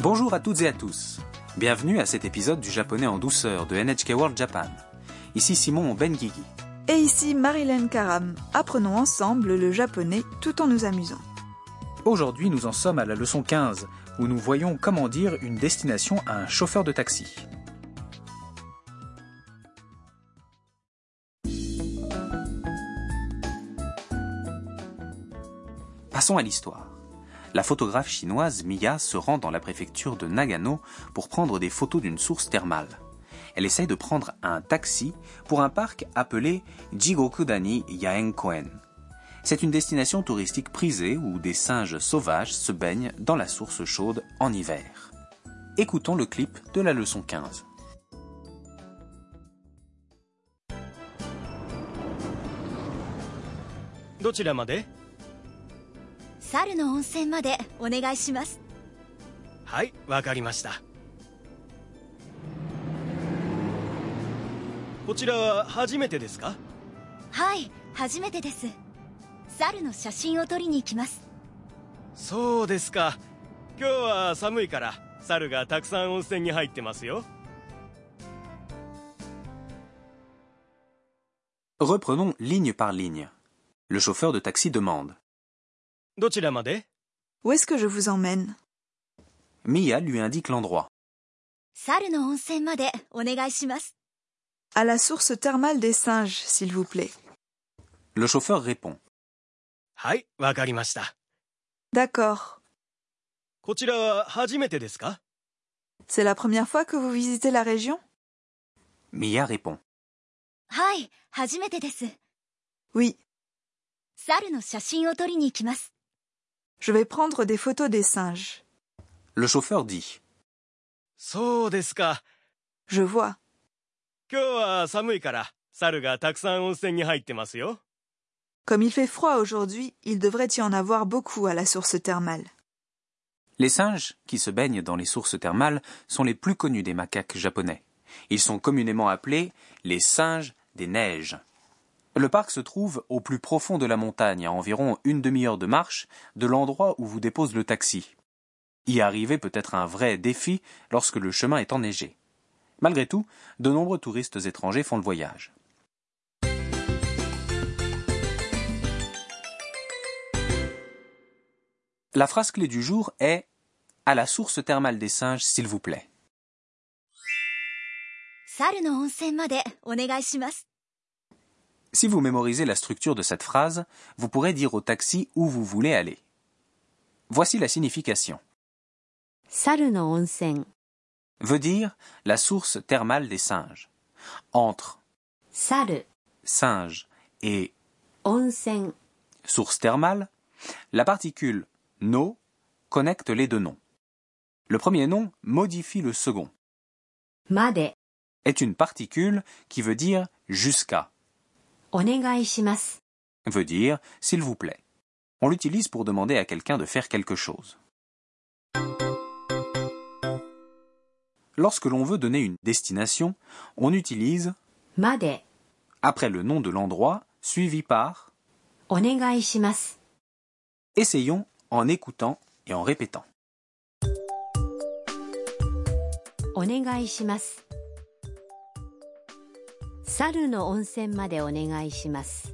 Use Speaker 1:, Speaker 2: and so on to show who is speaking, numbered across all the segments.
Speaker 1: Bonjour à toutes et à tous. Bienvenue à cet épisode du japonais en douceur de NHK World Japan. Ici Simon Ben Benguigui.
Speaker 2: Et ici Marilyn Karam. Apprenons ensemble le japonais tout en nous amusant.
Speaker 1: Aujourd'hui, nous en sommes à la leçon 15 où nous voyons comment dire une destination à un chauffeur de taxi. Passons à l'histoire. La photographe chinoise Miya se rend dans la préfecture de Nagano pour prendre des photos d'une source thermale. Elle essaye de prendre un taxi pour un parc appelé Jigokudani Yaenkoen. C'est une destination touristique prisée où des singes sauvages se baignent dans la source chaude en hiver. Écoutons le clip de la leçon 15.
Speaker 3: どちらまで
Speaker 4: 猿の温泉までお願いします
Speaker 3: はいわかりましたこちらは初めてですか
Speaker 4: はい初めてです猿の写真を撮りに行きます
Speaker 3: そうですか今日は寒いから猿がたくさん温泉に入ってますよ
Speaker 1: Reprenons ligne par ligne. Le chauffeur de taxi demande.
Speaker 3: どちらまで
Speaker 2: Où est-ce que je vous emmène
Speaker 1: Mia lui indique l'endroit.
Speaker 4: 猿の温泉までお願いします
Speaker 2: À la source thermale des singes, s'il vous plaît.
Speaker 1: Le chauffeur répond.
Speaker 3: はいわかりました
Speaker 2: D'accord.
Speaker 3: こちらは初めてですか
Speaker 2: C'est la première fois que vous visitez la région
Speaker 1: Mia répond.
Speaker 4: はい初めてです
Speaker 2: Oui.
Speaker 4: 猿の写真を撮りに行きます
Speaker 2: Je vais prendre des photos des singes.
Speaker 1: Le chauffeur dit.
Speaker 3: そうですか
Speaker 2: Je vois.
Speaker 3: 今日は寒いから猿がたくさん温泉に入ってますよ
Speaker 2: Comme il fait froid aujourd'hui, il devrait y en avoir beaucoup à la source thermale.
Speaker 1: Les singes, qui se baignent dans les sources thermales, sont les plus connus des macaques japonais. Ils sont communément appelés les singes des neiges. Le parc se trouve au plus profond de la montagne, à environ une demi-heure de marche de l'endroit où vous dépose le taxi. Y arriver peut être un vrai défi lorsque le chemin est enneigé. Malgré tout, de nombreux touristes étrangers font le voyage. La phrase clé du jour est À la source thermale des singes, s'il vous plaît.
Speaker 4: 猿の温泉までお願いします
Speaker 1: Si vous mémorisez la structure de cette phrase, vous pourrez dire au taxi où vous voulez aller. Voici la signification.
Speaker 4: 猿の温泉
Speaker 1: Veut dire la source thermale des singes. Entre
Speaker 4: 猿
Speaker 1: singe et
Speaker 4: 温泉
Speaker 1: source thermale, la particule no connecte les deux noms. Le premier nom modifie le second,
Speaker 4: まで
Speaker 1: est une particule qui veut dire jusqu'à,
Speaker 4: お願いします
Speaker 1: veut dire s'il vous plaît. On l'utilise pour demander à quelqu'un de faire quelque chose. Lorsque l'on veut donner une destination, on utilise
Speaker 4: まで
Speaker 1: après le nom de l'endroit suivi par
Speaker 4: お願いします
Speaker 1: essayons en écoutant et en répétant.
Speaker 4: お願いします猿の温泉までお願いします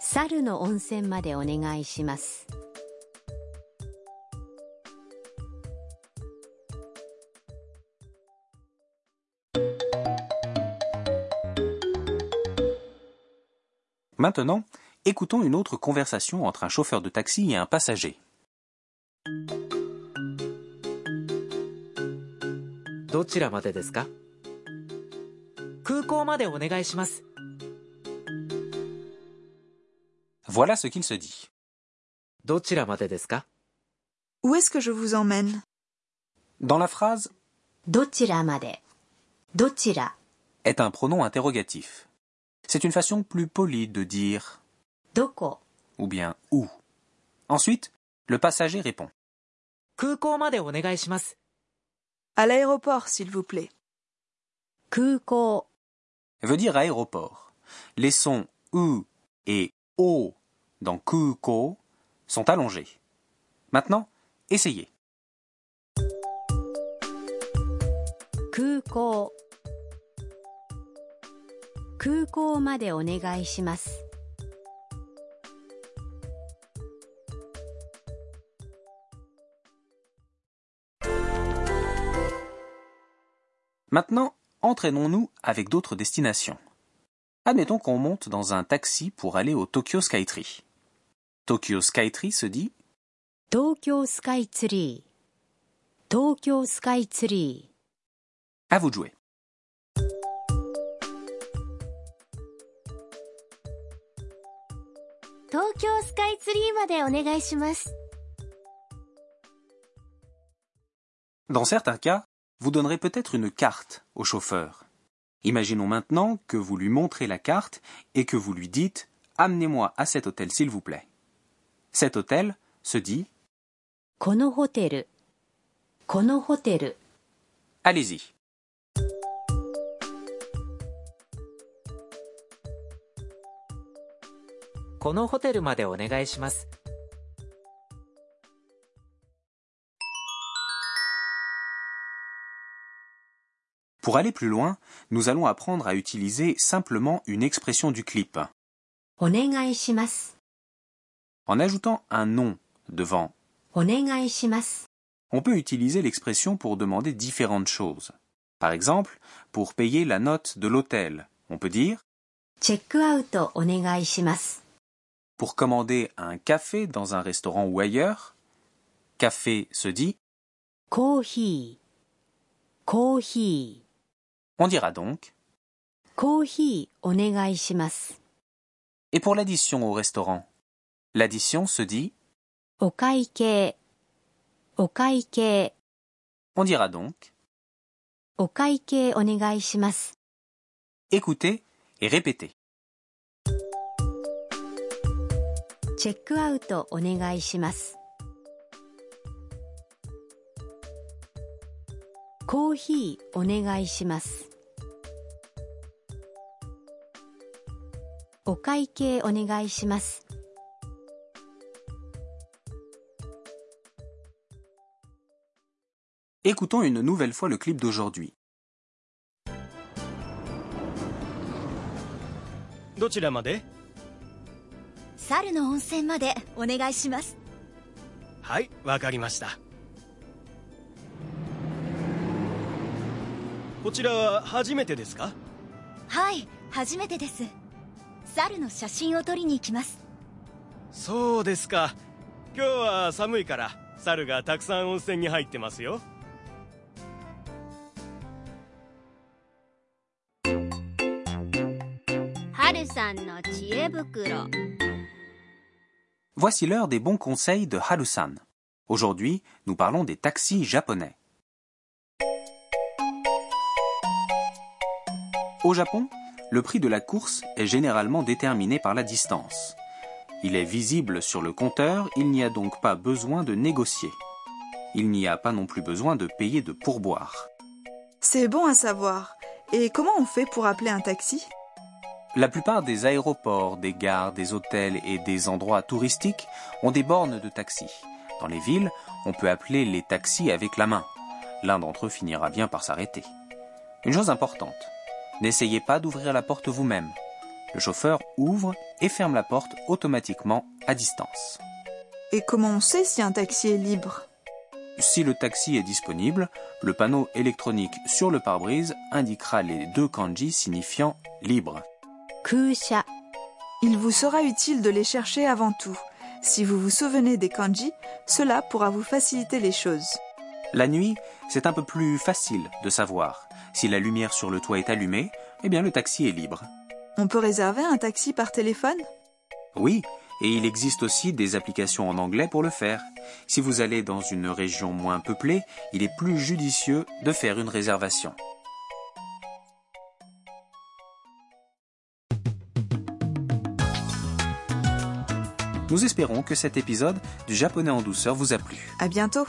Speaker 4: 猿の温泉までお願いします
Speaker 1: Maintenant, écoutons une autre conversation entre un chauffeur de taxi et un passager.
Speaker 5: どちらまでですか空港までお願いします。
Speaker 1: Voilà ce qu'il se dit.
Speaker 5: どちらまでですか
Speaker 2: Où est-ce que je vous emmène
Speaker 1: Dans la phrase
Speaker 4: どちらまでどちら
Speaker 1: est un pronom interrogatif. C'est une façon plus polie de dire
Speaker 4: どこ
Speaker 1: ou bien où. Ensuite, le passager répond.
Speaker 5: 空港までお願いします。
Speaker 2: À l'aéroport, s'il vous plaît.
Speaker 4: 空港
Speaker 1: veut dire aéroport. Les sons U et O dans Kuko sont allongés. Maintenant, essayez.
Speaker 6: 空港空港までお願いします
Speaker 1: Maintenant, entraînons-nous avec d'autres destinations. Admettons qu'on monte dans un taxi pour aller au Tokyo Skytree. Tokyo Skytree se dit
Speaker 6: 東京スカイツリー東京スカイツリ
Speaker 1: à vous de jouer.
Speaker 4: 東京スカイツリーまでお願いします。
Speaker 1: Dans certains cas, vous donnerez peut-être une carte au chauffeur. Imaginons maintenant que vous lui montrez la carte et que vous lui dites Amenez-moi à cet hôtel, s'il vous plaît. Cet hôtel se dit
Speaker 6: ーこのホテルこのホテル
Speaker 1: Allez-y.
Speaker 5: このホテルまでお願いします
Speaker 1: Pour aller plus loin, nous allons apprendre à utiliser simplement une expression du clip,
Speaker 6: お願いします
Speaker 1: en ajoutant un nom devant
Speaker 6: お願いします
Speaker 1: On peut utiliser l'expression pour demander différentes choses. Par exemple, pour payer la note de l'hôtel, on peut dire
Speaker 6: チェックアウトお願いします
Speaker 1: pour commander un café dans un restaurant ou ailleurs. Café se dit.
Speaker 6: コーヒーコーヒ
Speaker 1: On dira donc.
Speaker 6: ーコーヒーお願いします
Speaker 1: Et pour l'addition au restaurant, l'addition se dit.
Speaker 6: お会計お会計
Speaker 1: On dira donc.
Speaker 6: お会計お願いします
Speaker 1: Écoutez et répétez.
Speaker 6: チェックアウトお願いしますコーヒーお願いしますお会計お願いします。
Speaker 1: Écoutons une nouvelle fois le clip d'aujourd'hui.
Speaker 3: どちらまで
Speaker 4: 猿の温泉までお願いします。
Speaker 3: はいわかりましたこちらは初めてですか
Speaker 4: はい、初めてです。猿の写真を撮りに行きます。
Speaker 3: そうですか今日は寒いから猿がたくさん温泉に入ってますよ
Speaker 1: Voici l'heure des bons conseils de Harusan. Aujourd'hui, nous parlons des taxis japonais. Au Japon, le prix de la course est généralement déterminé par la distance. Il est visible sur le compteur, il n'y a donc pas besoin de négocier. Il n'y a pas non plus besoin de payer de pourboire.
Speaker 2: C'est bon à savoir. Et comment on fait pour appeler un taxi
Speaker 1: La plupart des aéroports, des gares, des hôtels et des endroits touristiques ont des bornes de taxi. Dans les villes, on peut appeler les taxis avec la main. L'un d'entre eux finira bien par s'arrêter. Une chose importante, n'essayez pas d'ouvrir la porte vous-même. Le chauffeur ouvre et ferme la porte automatiquement à distance.
Speaker 2: Et comment on sait si un taxi est libre
Speaker 1: Si le taxi est disponible, le panneau électronique sur le pare-brise indiquera les deux kanji signifiant libre.
Speaker 6: 空車、
Speaker 2: Il vous sera utile de les chercher avant tout. Si vous vous souvenez des kanji, cela pourra vous faciliter les choses.
Speaker 1: La nuit, c'est un peu plus facile de savoir. Si la lumière sur le toit est allumée, eh bien le taxi est libre.
Speaker 2: On peut réserver un taxi par téléphone
Speaker 1: Oui, et il existe aussi des applications en anglais pour le faire. Si vous allez dans une région moins peuplée, il est plus judicieux de faire une réservation. Nous espérons que cet épisode du Japonais en douceur vous a plu.
Speaker 2: À bientôt